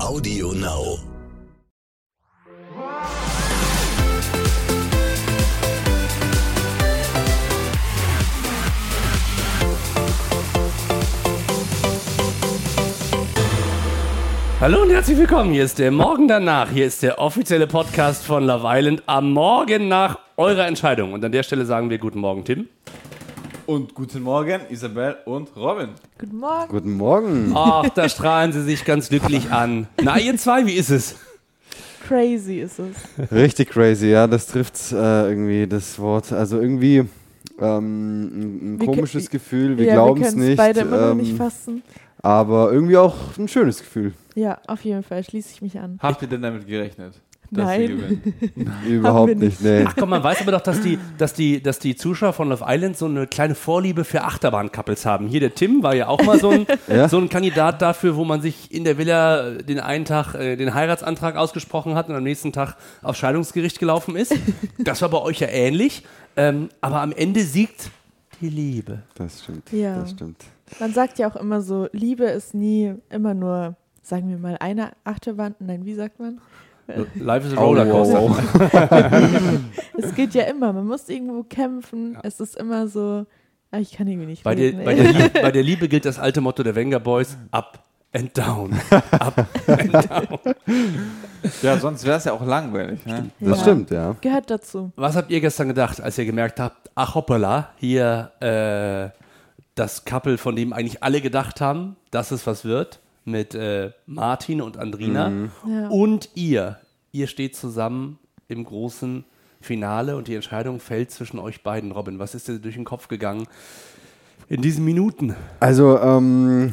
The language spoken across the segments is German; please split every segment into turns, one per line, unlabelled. Audio Now.
Hallo und herzlich willkommen. Hier ist der Morgen danach. Hier ist der offizielle Podcast von Love Island am Morgen nach eurer Entscheidung. Und an der Stelle sagen wir guten Morgen, Tim.
Und guten Morgen, Isabel und Robin.
Guten Morgen.
Guten
Ah.
Morgen.
Ach, da strahlen sie sich ganz glücklich an. Na, ihr zwei, wie ist es?
Crazy ist es.
Richtig crazy, ja, das trifft äh, irgendwie das Wort. Also irgendwie ähm, ein, ein
Wir
komisches
ke-
Gefühl, wir
ja,
glauben es
können's
nicht.
beide immer noch
ähm,
nicht fassen.
aber irgendwie auch ein schönes Gefühl.
Ja, auf jeden Fall schließe ich mich an.
Habt ihr denn damit gerechnet?
Nein.
gewinnen?
Überhaupt
wir
nicht, nee.
Komm, man weiß aber doch, dass die, dass die, dass die Zuschauer von Love Island so eine kleine Vorliebe für Achterbahn-Couples haben. Hier, der Tim war ja auch mal so ein,
Ja.
so ein Kandidat dafür, wo man sich in der Villa den einen Tag äh, den Heiratsantrag ausgesprochen hat und am nächsten Tag auf Scheidungsgericht gelaufen ist. Das war bei euch ja ähnlich. Ähm, aber am Ende siegt die Liebe.
Das stimmt.
Ja.
Das stimmt.
Man sagt ja auch immer so, Liebe ist nie immer nur, sagen wir mal, eine Achterbahn. Nein, wie sagt man?
Life is a Rollercoaster.
Oh, wow, wow.
Es geht ja immer, man muss irgendwo kämpfen. Es ist immer so, ah, ich kann irgendwie nicht
Bei, der,
reden.
bei,
ey.
der Liebe, bei der Liebe gilt das alte Motto der Wenger Boys: Up and Down. Up and Down.
Ja, sonst wäre es ja auch langweilig. Ne?
Das
Ja.
stimmt, ja.
Gehört dazu.
Was habt ihr gestern gedacht, als ihr gemerkt habt, ach hoppala, hier äh, das Couple, von dem eigentlich alle gedacht haben, dass es was wird, mit äh, Martin und Andrina
Ja.
und ihr. Ihr steht zusammen im großen Finale und die Entscheidung fällt zwischen euch beiden. Robin, was ist dir durch den Kopf gegangen in diesen Minuten?
Also, ähm,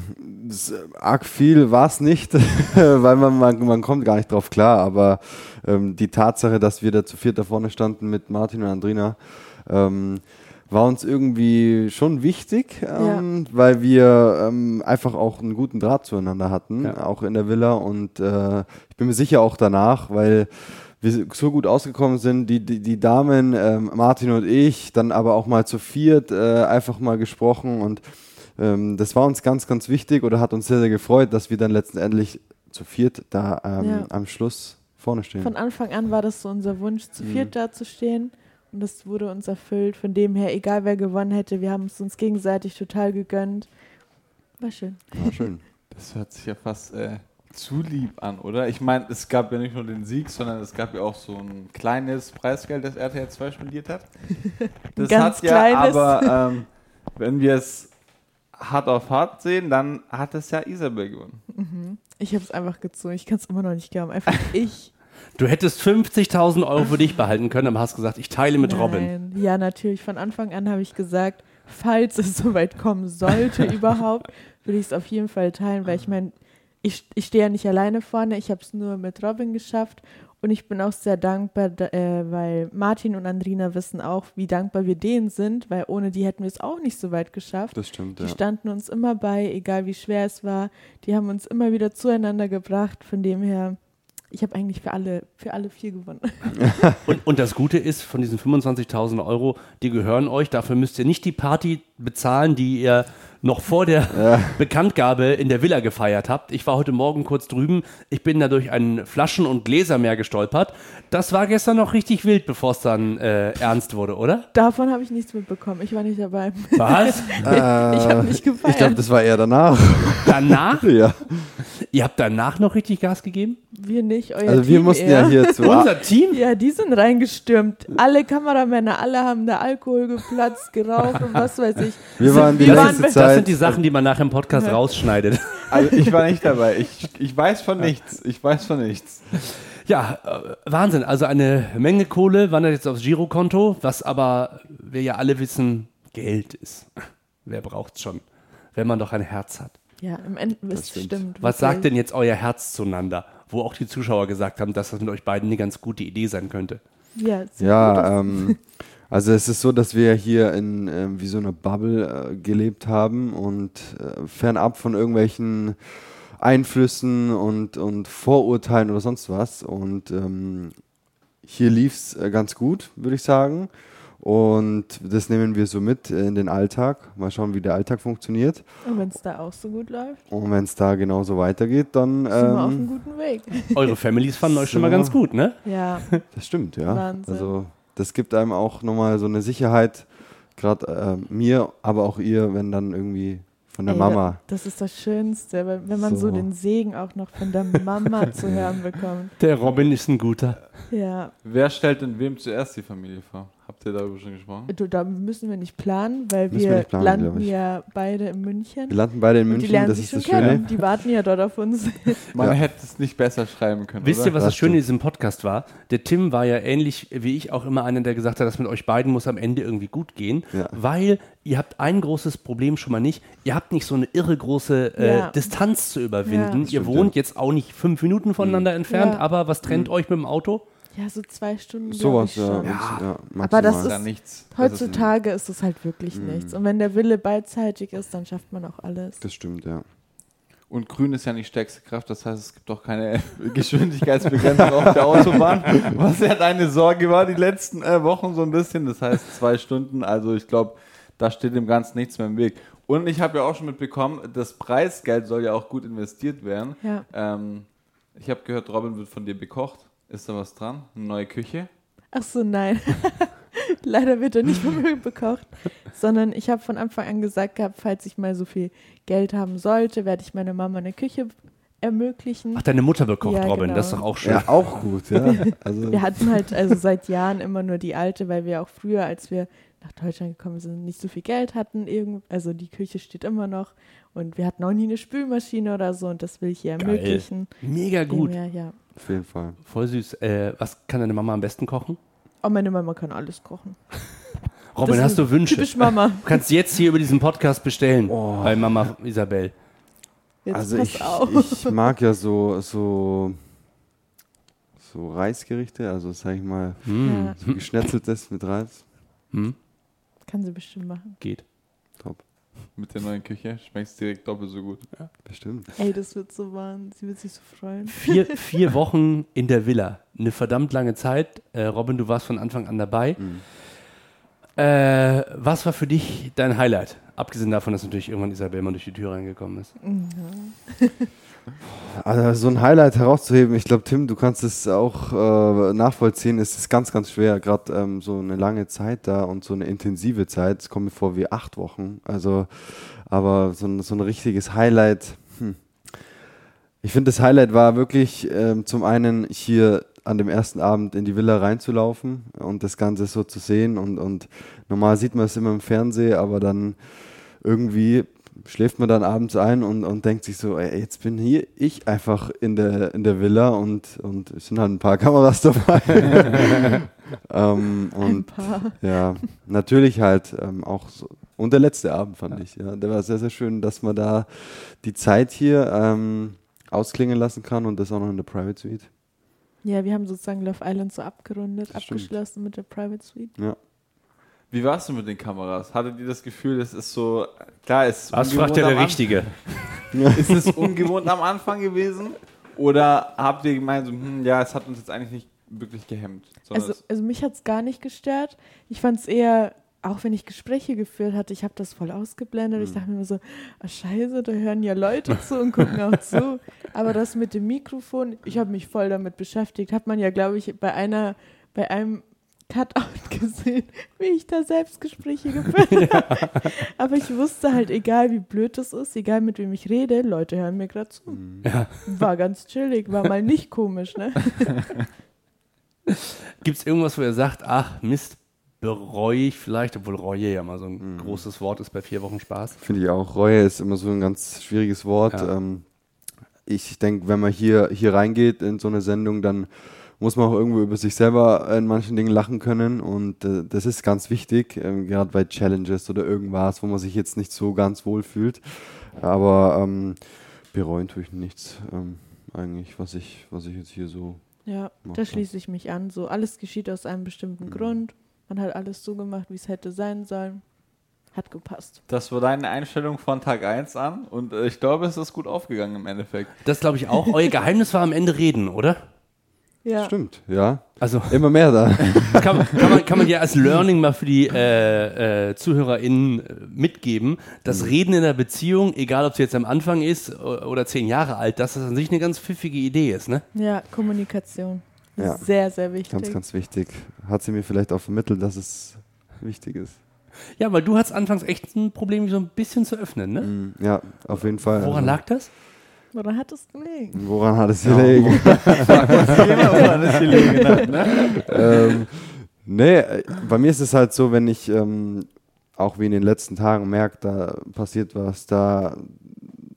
s- arg viel war es nicht, weil man, man, man kommt gar nicht drauf klar, aber ähm, die Tatsache, dass wir da zu viert da vorne standen mit Martin und Andrina, ähm, war uns irgendwie schon wichtig, ähm, weil wir ähm, einfach auch einen guten Draht zueinander hatten, auch in der Villa und äh, ich bin mir sicher auch danach, weil wir so gut ausgekommen sind, die, die, die Damen, ähm, Martin und ich, dann aber auch mal zu viert äh, einfach mal gesprochen und ähm, das war uns ganz, ganz wichtig oder hat uns sehr, sehr gefreut, dass wir dann letztendlich zu viert da ähm,
Ja.
am Schluss vorne stehen.
Von Anfang an war das so unser Wunsch, zu
Mhm.
viert dazustehen. Und das wurde uns erfüllt. Von dem her, egal wer gewonnen hätte, wir haben es uns gegenseitig total gegönnt. War schön.
War Ah, schön.
Das hört sich ja fast äh, zu lieb an, oder? Ich meine, es gab ja nicht nur den Sieg, sondern es gab ja auch so ein kleines Preisgeld, das RTL 2 spendiert hat. Das
Ganz
hat ja,
kleines.
aber ähm, wenn wir es hart auf hart sehen, dann hat es ja Isabel gewonnen.
Ich habe es einfach gezogen. Ich kann es immer noch nicht glauben. Einfach ich.
Du hättest 50.000 Euro für dich behalten können, aber hast gesagt, ich teile mit Robin.
Nein. Ja, natürlich. Von Anfang an habe ich gesagt, falls es soweit kommen sollte überhaupt, würde ich es auf jeden Fall teilen, weil ich meine, ich, ich stehe ja nicht alleine vorne. Ich habe es nur mit Robin geschafft. Und ich bin auch sehr dankbar, da- äh, weil Martin und Andrina wissen auch, wie dankbar wir denen sind, weil ohne die hätten wir es auch nicht so weit geschafft.
Das stimmt,
Die
ja.
standen uns immer bei, egal wie schwer es war. Die haben uns immer wieder zueinander gebracht. Von dem her, ich habe eigentlich für alle, für alle vier gewonnen.
Und, und das Gute ist, von diesen 25.000 Euro, die gehören euch. Dafür müsst ihr nicht die Party bezahlen, die ihr noch vor der Bekanntgabe in der Villa gefeiert habt. Ich war heute Morgen kurz drüben. Ich bin dadurch ein Flaschen- und Gläsermeer gestolpert. Das war gestern noch richtig wild, bevor es dann äh, ernst wurde, oder?
Davon habe ich nichts mitbekommen. Ich war nicht dabei.
Was?
ich habe nicht
Äh, Ich glaube,
gefeiert.
das war eher danach.
danach?
ja.
Ihr habt danach noch richtig Gas gegeben?
wir nicht, euer
Also wir
Team
mussten
eher.
ja hier zu.
Unser Team?
Ja, die sind reingestürmt. Alle Kameramänner, alle haben da Alkohol geplatzt, geraucht und was weiß ich.
Wir waren die
wir waren
letzte
Das
weg.
Zeit.
sind die Sachen, die man nachher im Podcast rausschneidet.
Also ich war nicht dabei. Ich, ich weiß von nichts. Ich weiß von nichts.
Ja, äh, Wahnsinn. Also eine Menge Kohle wandert jetzt aufs Girokonto, was aber, wir ja alle wissen, Geld ist. Wer braucht's schon, wenn man doch ein Herz hat?
Ja, im Endeffekt
stimmt.
stimmt. wirklich.
Was sagt denn jetzt euer Herz zueinander? Wo auch die Zuschauer gesagt haben, dass das mit euch beiden eine ganz gute Idee sein könnte.
Ja, sehr gut.
Ja, ähm, also es ist so, dass wir hier in ähm, wie so einer Bubble äh, gelebt haben und äh, fernab von irgendwelchen Einflüssen und, und Vorurteilen oder sonst was. Und ähm, hier lief es äh, ganz gut, würde ich sagen. Und das nehmen wir so mit äh, in den Alltag. Mal schauen, wie der Alltag funktioniert.
Und wenn es da auch so gut läuft,
Und wenn es da genauso weitergeht, dann.
sind wir auf
Ähm,
einem guten Weg.
Eure Families fanden euch schon mal
So.
ganz gut, ne?
Ja,
Das stimmt, ja.
Wahnsinn.
Also das gibt einem auch nochmal so eine Sicherheit, gerade äh, mir, aber auch ihr, wenn dann irgendwie von der
Ey,
Mama.
das ist das Schönste, weil- wenn man so.
So.
den Segen auch noch von der Mama zu hören bekommt.
Der Robin ist ein guter.
Ja,
Wer stellt denn wem zuerst die Familie vor? Habt ihr darüber schon gesprochen?
du, da müssen wir nicht planen, weil
Müssen wir
wir
nicht planen, glaub
landen
ich.
ja beide in München.
Wir landen beide in
Und die
München,
lernen
das
sich
ist
schon
das Schöne.
kennen. Die warten ja dort auf uns.
Man
Ja.
hätte es nicht besser schreiben können.
Wisst ihr,
oder?
was
Das
das Schöne in diesem Podcast war? Der Tim war ja ähnlich wie ich auch immer einer, der gesagt hat, das mit euch beiden muss am Ende irgendwie gut gehen,
Ja.
weil ihr habt ein großes Problem schon mal nicht. Ihr habt nicht so eine irre große äh,
Ja.
Distanz zu überwinden.
Ja.
Ihr wohnt jetzt auch nicht fünf Minuten voneinander entfernt,
Ja.
aber was trennt euch mit dem Auto?
Ja, so zwei Stunden. glaub
Sowas,
ich
ja.
schon.
ja. ja
Aber das
maximal.
Da
ist-
nichts. Das ist-
Heutzutage ist es halt wirklich nichts. Und wenn der Wille beidseitig ist, dann schafft man auch alles.
Mm. Das stimmt, ja.
Und grün ist ja nicht stärkste Kraft, das heißt, es gibt auch keine Geschwindigkeitsbegrenzung auf der Autobahn, was ja deine Sorge war die letzten äh, Wochen so ein bisschen. Das heißt, zwei Stunden, also ich glaube, da steht dem Ganzen nichts mehr im Weg. Und ich habe ja auch schon mitbekommen, das Preisgeld soll ja auch gut investiert werden.
Ja.
Ähm, ich habe gehört, Robin wird von dir bekocht. Ist da was dran? Eine neue Küche?
Ach so, nein. Leider wird er nicht vom Öl bekocht, sondern ich habe von Anfang an gesagt gehabt, falls ich mal so viel Geld haben sollte, werde ich meiner Mama eine Küche ermöglichen.
Ach, deine Mutter bekocht,
Mhm. Ja,
Robin,
genau.
das ist doch auch schön.
Ja, auch gut, ja. Also,
Wir hatten halt also seit Jahren immer nur die alte, weil wir auch früher, als wir nach Deutschland gekommen sind, nicht so viel Geld hatten. Irgend, also die Küche steht immer noch und wir hatten auch nie eine Spülmaschine oder so und das will ich hier
Geil.
ermöglichen.
Mega gut.
Ja, ja.
auf jeden Fall.
Voll süß. Äh, was kann deine Mama am besten kochen?
Oh, meine Mama kann alles kochen.
Robin,
Das
hast du Wünsche?
Typisch Mama.
Du kannst jetzt hier über diesen Podcast bestellen bei Mama Isabel.
Jetzt
also
pass
ich,
auf.
ich mag ja so, so, so Reisgerichte, also sag ich mal,
ja,
so geschnetzeltes mit Reis.
Hm?
kann sie bestimmt machen.
Geht.
Top,
Mit der neuen Küche schmeckt es direkt doppelt so gut.
bestimmt.
Ey, das wird so wahnsinn. Sie wird sich so freuen.
Vier, vier Wochen in der Villa. Eine verdammt lange Zeit. Äh, Robin, du warst von Anfang an dabei. Äh, was war für dich dein Highlight? Abgesehen davon, dass natürlich irgendwann Isabel mal durch die Tür reingekommen ist.
Also so ein Highlight herauszuheben, ich glaube, Tim, du kannst es auch äh, nachvollziehen, es ist ganz, ganz schwer, gerade ähm, so eine lange Zeit da und so eine intensive Zeit, es kommt mir vor wie acht Wochen, also, aber so ein, so ein richtiges Highlight, hm. ich finde, das Highlight war wirklich ähm, zum einen hier an dem ersten Abend in die Villa reinzulaufen und das Ganze so zu sehen und, und normal sieht man es immer im Fernsehen, aber dann irgendwie schläft man dann abends ein und, und denkt sich so, ey, jetzt bin hier ich einfach in der, in der Villa und, und es sind halt ein paar Kameras dabei. ähm,
Ein
und
paar.
ja, natürlich halt ähm, auch so. Und der letzte Abend fand ich, ja. Der war sehr, sehr schön, dass man da die Zeit hier ähm, ausklingen lassen kann und das auch noch in der Private Suite.
Ja, wir haben sozusagen Love Island so abgerundet,
Das stimmt.
abgeschlossen mit der Private Suite.
Wie warst du mit den Kameras? Hattet ihr das Gefühl, das ist so, klar, es ist
Was
ungewohnt
fragt ja
am
der
Anfang.
Richtige?
Ist es ungewohnt am Anfang gewesen? Oder habt ihr gemeint, so, hm, ja, es hat uns jetzt eigentlich nicht wirklich gehemmt? sondern
Also,
es-
also mich hat es gar nicht gestört. Ich fand es eher, auch wenn ich Gespräche geführt hatte, ich habe das voll ausgeblendet. Ich dachte mir immer so, ah, scheiße, da hören ja Leute zu und gucken auch zu. Aber das mit dem Mikrofon, ich habe mich voll damit beschäftigt. Hat man ja, glaube ich, bei einer, bei einem Cutout gesehen, wie ich da selbst Gespräche geführt habe. Aber ich wusste halt, egal wie blöd das ist, egal mit wem ich rede, Leute hören mir gerade zu. War ganz chillig, war mal nicht komisch, ne?
Gibt es irgendwas, wo ihr sagt, ach Mist, bereue ich vielleicht, obwohl Reue ja mal so ein großes Wort ist bei vier Wochen Spaß.
Finde ich auch. Reue ist immer so ein ganz schwieriges Wort.
Ja.
Ähm, ich denke, wenn man hier, hier reingeht in so eine Sendung, dann muss man auch irgendwo über sich selber in manchen Dingen lachen können. Und äh, das ist ganz wichtig, ähm, gerade bei Challenges oder irgendwas, wo man sich jetzt nicht so ganz wohl fühlt. Aber ähm, bereuen tue ich nichts ähm, eigentlich, was ich, was ich jetzt hier so.
Ja,
Macht
da
Sinn.
schließe ich mich an. So, alles geschieht aus einem bestimmten
Mhm.
Grund. Man hat alles so gemacht, wie es hätte sein sollen. Hat gepasst.
das war deine Einstellung von Tag 1 an und äh, ich glaube, es ist gut aufgegangen im Endeffekt.
Das glaube ich auch. Euer Geheimnis war am Ende reden, oder?
Ja.
Stimmt, ja.
Also
Immer mehr da.
kann, man- kann, man, kann man ja als Learning mal für die äh, äh, ZuhörerInnen äh, mitgeben, das Reden in der Beziehung, egal ob es jetzt am Anfang ist äh, oder zehn Jahre alt, dass das an sich eine ganz pfiffige Idee ist, ne?
Ja, Kommunikation.
Ja.
Sehr, sehr wichtig.
Ganz,
genau.
ganz wichtig. Hat sie mir vielleicht auch vermittelt, dass es wichtig ist.
Ja, weil du hattest anfangs echt ein Problem, so ein bisschen zu öffnen, ne?
Mhm, Ja, auf jeden Fall. Also,
Woran lag das?
Woran hat es gelegen?
Woran hat es gelegen? ähm, nee, äh, bei mir ist es halt so, wenn ich ähm, auch wie in den letzten Tagen merke, da passiert was, da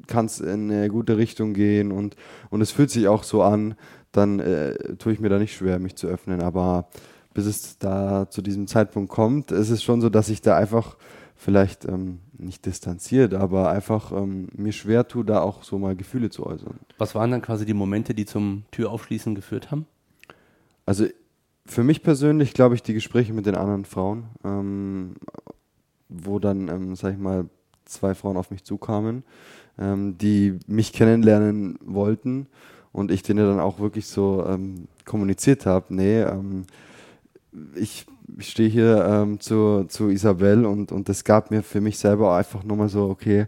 kann es in eine gute Richtung gehen und, und es fühlt sich auch so an, dann äh, tue ich mir da nicht schwer, mich zu öffnen. Aber bis es da zu diesem Zeitpunkt kommt, ist es schon so, dass ich da einfach vielleicht ähm, nicht distanziert, aber einfach ähm, mir schwer tue, da auch so mal Gefühle zu äußern.
Was waren dann quasi die Momente, die zum Türaufschließen geführt haben?
Also für mich persönlich glaube ich die Gespräche mit den anderen Frauen, ähm, wo dann, ähm, sag ich mal, zwei Frauen auf mich zukamen, ähm, die mich kennenlernen wollten und ich denen dann auch wirklich so ähm, kommuniziert habe, nee, ähm, ich, ich stehe hier ähm, zu, zu Isabel und, und das gab mir für mich selber einfach nochmal so, okay,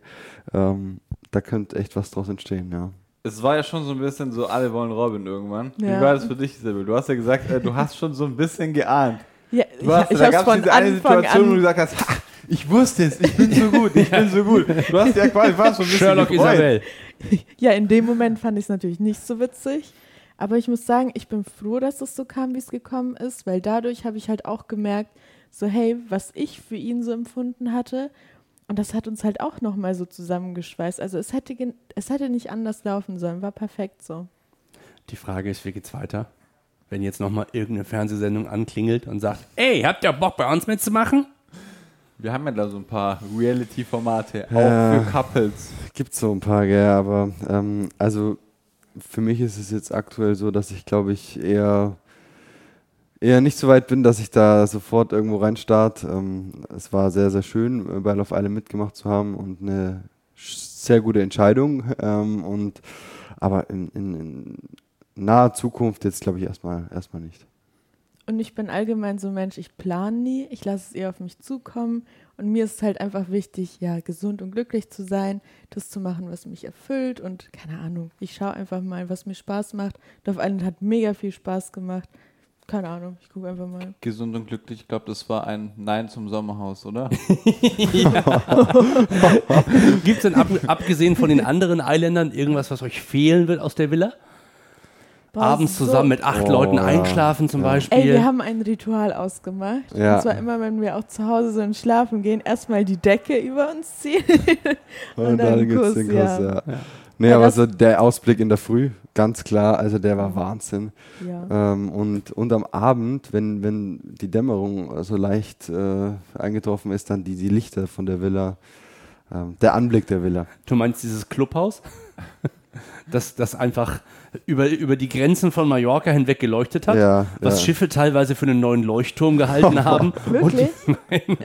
ähm, da könnte echt was draus entstehen, ja.
Es war ja schon so ein bisschen so, alle wollen Robin irgendwann.
Ja.
Wie war das für dich, Isabel? Du hast ja gesagt, äh, du hast schon so ein bisschen geahnt.
Ja,
Du hast,
ich, ich
da
habe
gab es
von
diese eine
Anfang
Situation, wo du
an.
gesagt hast, ha, ich wusste es, ich bin so gut, ich bin so gut. Du hast ja quasi fast so ein bisschen gefreut.
Ja, in dem Moment fand ich es natürlich nicht so witzig. Aber ich muss sagen, ich bin froh, dass es so kam, wie es gekommen ist, weil dadurch habe ich halt auch gemerkt, so hey, was ich für ihn so empfunden hatte. Und das hat uns halt auch nochmal so zusammengeschweißt. Also es hätte, gen- es hätte nicht anders laufen sollen, war perfekt so.
Die Frage ist, wie geht's weiter? Wenn jetzt nochmal irgendeine Fernsehsendung anklingelt und sagt, ey, habt ihr Bock bei uns mitzumachen?
Wir haben ja da so ein paar Reality-Formate, auch
Ja.
für Couples.
Gibt so ein paar, gell, aber ähm, also für mich ist es jetzt aktuell so, dass ich glaube ich eher, eher nicht so weit bin, dass ich da sofort irgendwo reinstart. Ähm, es war sehr, sehr schön, äh, bei Love Island mitgemacht zu haben und eine sch- sehr gute Entscheidung. Ähm, und aber in, in, in naher Zukunft jetzt glaube ich erstmal erstmal nicht.
Und ich bin allgemein so ein Mensch, ich plane nie, ich lasse es eher auf mich zukommen. Und mir ist es halt einfach wichtig, ja, gesund und glücklich zu sein, das zu machen, was mich erfüllt. Und keine Ahnung, ich schaue einfach mal, was mir Spaß macht. Dorf Island hat mega viel Spaß gemacht. Keine Ahnung, ich gucke einfach mal.
Gesund und glücklich, ich glaube, das war ein Nein zum Sommerhaus, oder?
Gibt's denn ab, abgesehen von den anderen Eiländern irgendwas, was euch fehlen wird aus der Villa?
Boah,
Abends
so-
zusammen mit acht
Oh,
Leuten
ja.
einschlafen zum
Ja.
Beispiel.
Ey, wir haben ein Ritual ausgemacht.
Ja.
Und zwar immer, wenn wir auch zu Hause so ins Schlafen gehen, erstmal die Decke über uns ziehen. Und dann
gibt's
Kuss, ja.
Nee,
Ja,
aber
das- Mhm.
so der Ausblick in der Früh, ganz klar, also der war Wahnsinn.
ja.
Ähm, und, und am Abend, wenn, wenn die Dämmerung so leicht äh, eingetroffen ist, dann die, die Lichter von der Villa, ähm, der Anblick der Villa.
Du meinst dieses Clubhaus? Das, das einfach über, über die Grenzen von Mallorca hinweg geleuchtet hat?
Ja,
was
ja.
Schiffe teilweise für einen neuen Leuchtturm gehalten haben.
Wirklich?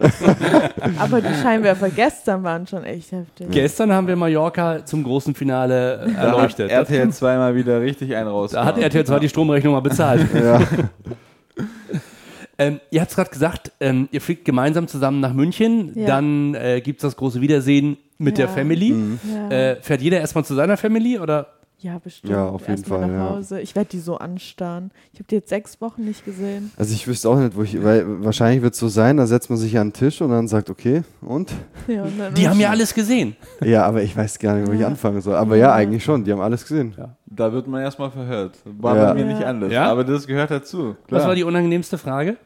Aber die Scheinwerfer gestern waren schon echt heftig.
Gestern haben wir Mallorca zum großen Finale erleuchtet.
Da hat RTL 2 mal wieder richtig einen raus.
Da hat RTL 2 die Stromrechnung mal bezahlt. ähm, ihr habt es gerade gesagt, ähm, ihr fliegt gemeinsam zusammen nach München,
Ja.
dann äh, gibt es das große Wiedersehen mit
Ja.
der Family.
Ja.
Äh, fährt jeder erstmal zu seiner Family oder?
Ja, bestimmt.
Ja, auf jeden
Erstmal
Fall,
Nach
ja.
Hause. Ich werde die so anstarren. Ich habe die jetzt sechs Wochen nicht gesehen.
Also ich wüsste auch nicht, wo ich, weil wahrscheinlich wird es so sein, da setzt man sich an den Tisch und dann sagt, okay, und?
Ja, und dann-
Die haben ja alles gesehen.
Ja, aber ich weiß gar nicht, wo ich anfangen soll. Aber ja, eigentlich schon, die haben alles gesehen.
Da wird man erstmal verhört. War
Ja.
bei mir
Ja.
nicht anders.
Ja?
Aber das gehört dazu.
Was
Klar.
war die unangenehmste Frage?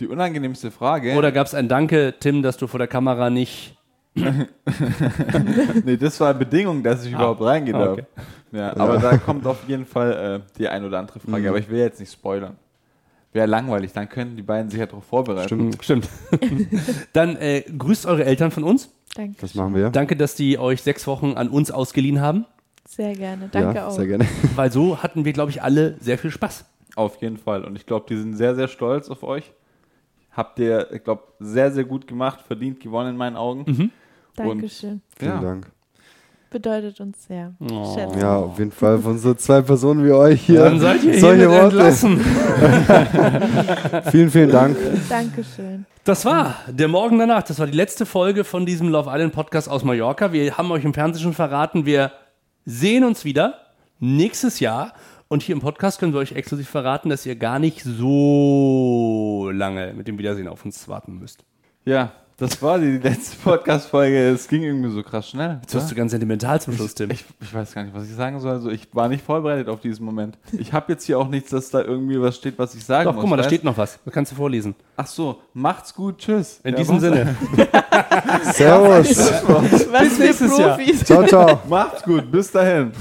die unangenehmste Frage?
Oder gab es ein Danke, Tim, dass du vor der Kamera nicht.
nee, das war Bedingung, dass ich überhaupt reingehen
Ah,
darf.
okay.
Ja, aber da kommt auf jeden Fall äh, die ein oder andere Frage. Aber ich will jetzt nicht spoilern. Wäre langweilig, dann könnten die beiden sich ja darauf vorbereiten.
Hm, Stimmt. Dann äh, grüßt eure Eltern von uns.
Danke.
Das machen wir.
Danke, dass die euch sechs Wochen an uns ausgeliehen haben,
Sehr gerne. Danke
ja,
auch.
sehr gerne.
weil so hatten wir, glaube ich, alle sehr viel Spaß.
Auf jeden Fall. Und ich glaube, die sind sehr, sehr stolz auf euch. Habt ihr, ich glaube,
Mhm.
sehr, sehr gut gemacht, verdient gewonnen in meinen Augen.
Dankeschön.
Vielen
Ja.
Dank.
bedeutet uns sehr.
Oh.
Schätzen.
Ja, auf jeden Fall von so zwei Personen wie euch hier.
Dann seid ihr
solche
hiermit entlassen.
Vielen, vielen Dank.
Dankeschön.
Das war der Morgen danach. Das war die letzte Folge von diesem Love Island Podcast aus Mallorca. Wir haben euch im Fernsehen schon verraten, wir sehen uns wieder nächstes Jahr. Und hier im Podcast können wir euch exklusiv verraten, dass ihr gar nicht so lange mit dem Wiedersehen auf uns warten müsst.
Ja, das war die letzte Podcast-Folge. Es ging irgendwie so krass schnell. ne?
Jetzt wirst du ganz sentimental zum Schluss, Tim.
Ich, ich weiß gar nicht, was ich sagen soll. Also ich war nicht vorbereitet auf diesen Moment. Ich habe jetzt hier auch nichts, dass da irgendwie was steht, was ich sagen
Doch,
muss.
guck mal, da
weißt?
steht noch was. Das kannst du vorlesen.
Ach so, macht's gut, tschüss.
In
Ja,
diesem
was-
Sinne.
Servus.
Was für
nächstes Jahr.
Profis.
Ciao, ciao.
Macht's gut, bis dahin.